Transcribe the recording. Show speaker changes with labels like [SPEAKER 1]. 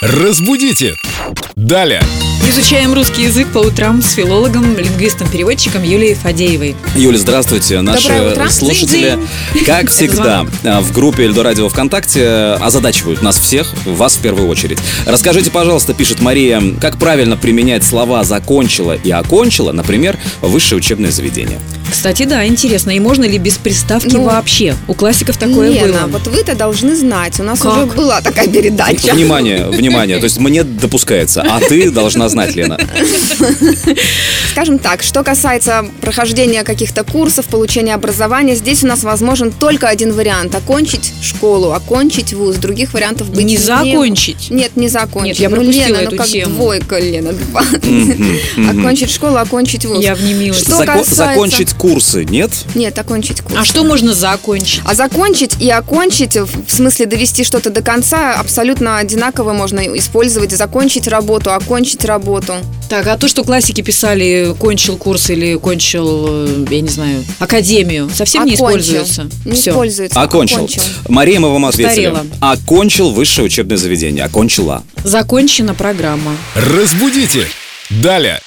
[SPEAKER 1] Разбудите! Далее!
[SPEAKER 2] Изучаем русский язык по утрам с филологом, лингвистом-переводчиком Юлией Фадеевой.
[SPEAKER 3] Юля, здравствуйте. Наши
[SPEAKER 2] Доброе утро.
[SPEAKER 3] слушатели, как всегда, э, в группе Эльдорадио ВКонтакте а, озадачивают нас всех, вас в первую очередь. Расскажите, пожалуйста, пишет Мария, как правильно применять слова «закончила» и «окончила», например, высшее учебное заведение.
[SPEAKER 2] Кстати, да, интересно, и можно ли без приставки
[SPEAKER 4] Ну,
[SPEAKER 2] вообще? У классиков такое
[SPEAKER 4] Лена,
[SPEAKER 2] было.
[SPEAKER 4] вот вы-то должны знать. У нас
[SPEAKER 2] Как?
[SPEAKER 4] уже была такая передача.
[SPEAKER 3] Внимание, внимание, то есть мне допускается, а ты должна знать, Лена.
[SPEAKER 4] Скажем так, что касается прохождения каких-то курсов, получения образования, здесь у нас возможен только один вариант – окончить школу, окончить вуз. Других вариантов быть
[SPEAKER 2] не закончить.
[SPEAKER 4] Нет, не закончить.
[SPEAKER 2] Нет, я
[SPEAKER 4] ну,
[SPEAKER 2] пропустила
[SPEAKER 4] Лена,
[SPEAKER 2] эту
[SPEAKER 4] ну как
[SPEAKER 2] тему.
[SPEAKER 4] двойка, Лена, два.
[SPEAKER 3] Мгм, мгм.
[SPEAKER 4] Окончить школу, окончить вуз.
[SPEAKER 2] Я внемилась.
[SPEAKER 4] Что
[SPEAKER 3] Зако-
[SPEAKER 4] касается-
[SPEAKER 3] Закончить курсы, нет?
[SPEAKER 4] Нет, окончить курс.
[SPEAKER 2] А что можно закончить?
[SPEAKER 4] А закончить и окончить, в в смысле довести что-то до конца, абсолютно одинаково можно использовать. Закончить работу, окончить работу.
[SPEAKER 2] Так, а то, что классики писали, кончил курс или кончил, э, я не знаю, академию, совсем А не
[SPEAKER 4] Окончил.
[SPEAKER 2] используется.
[SPEAKER 4] Не
[SPEAKER 2] Все.
[SPEAKER 4] используется.
[SPEAKER 3] Окончил. Мария, мы вам ответили.
[SPEAKER 2] Устарела.
[SPEAKER 3] Окончил высшее учебное заведение. Окончила.
[SPEAKER 2] Закончена программа.
[SPEAKER 1] Разбудите! Далее!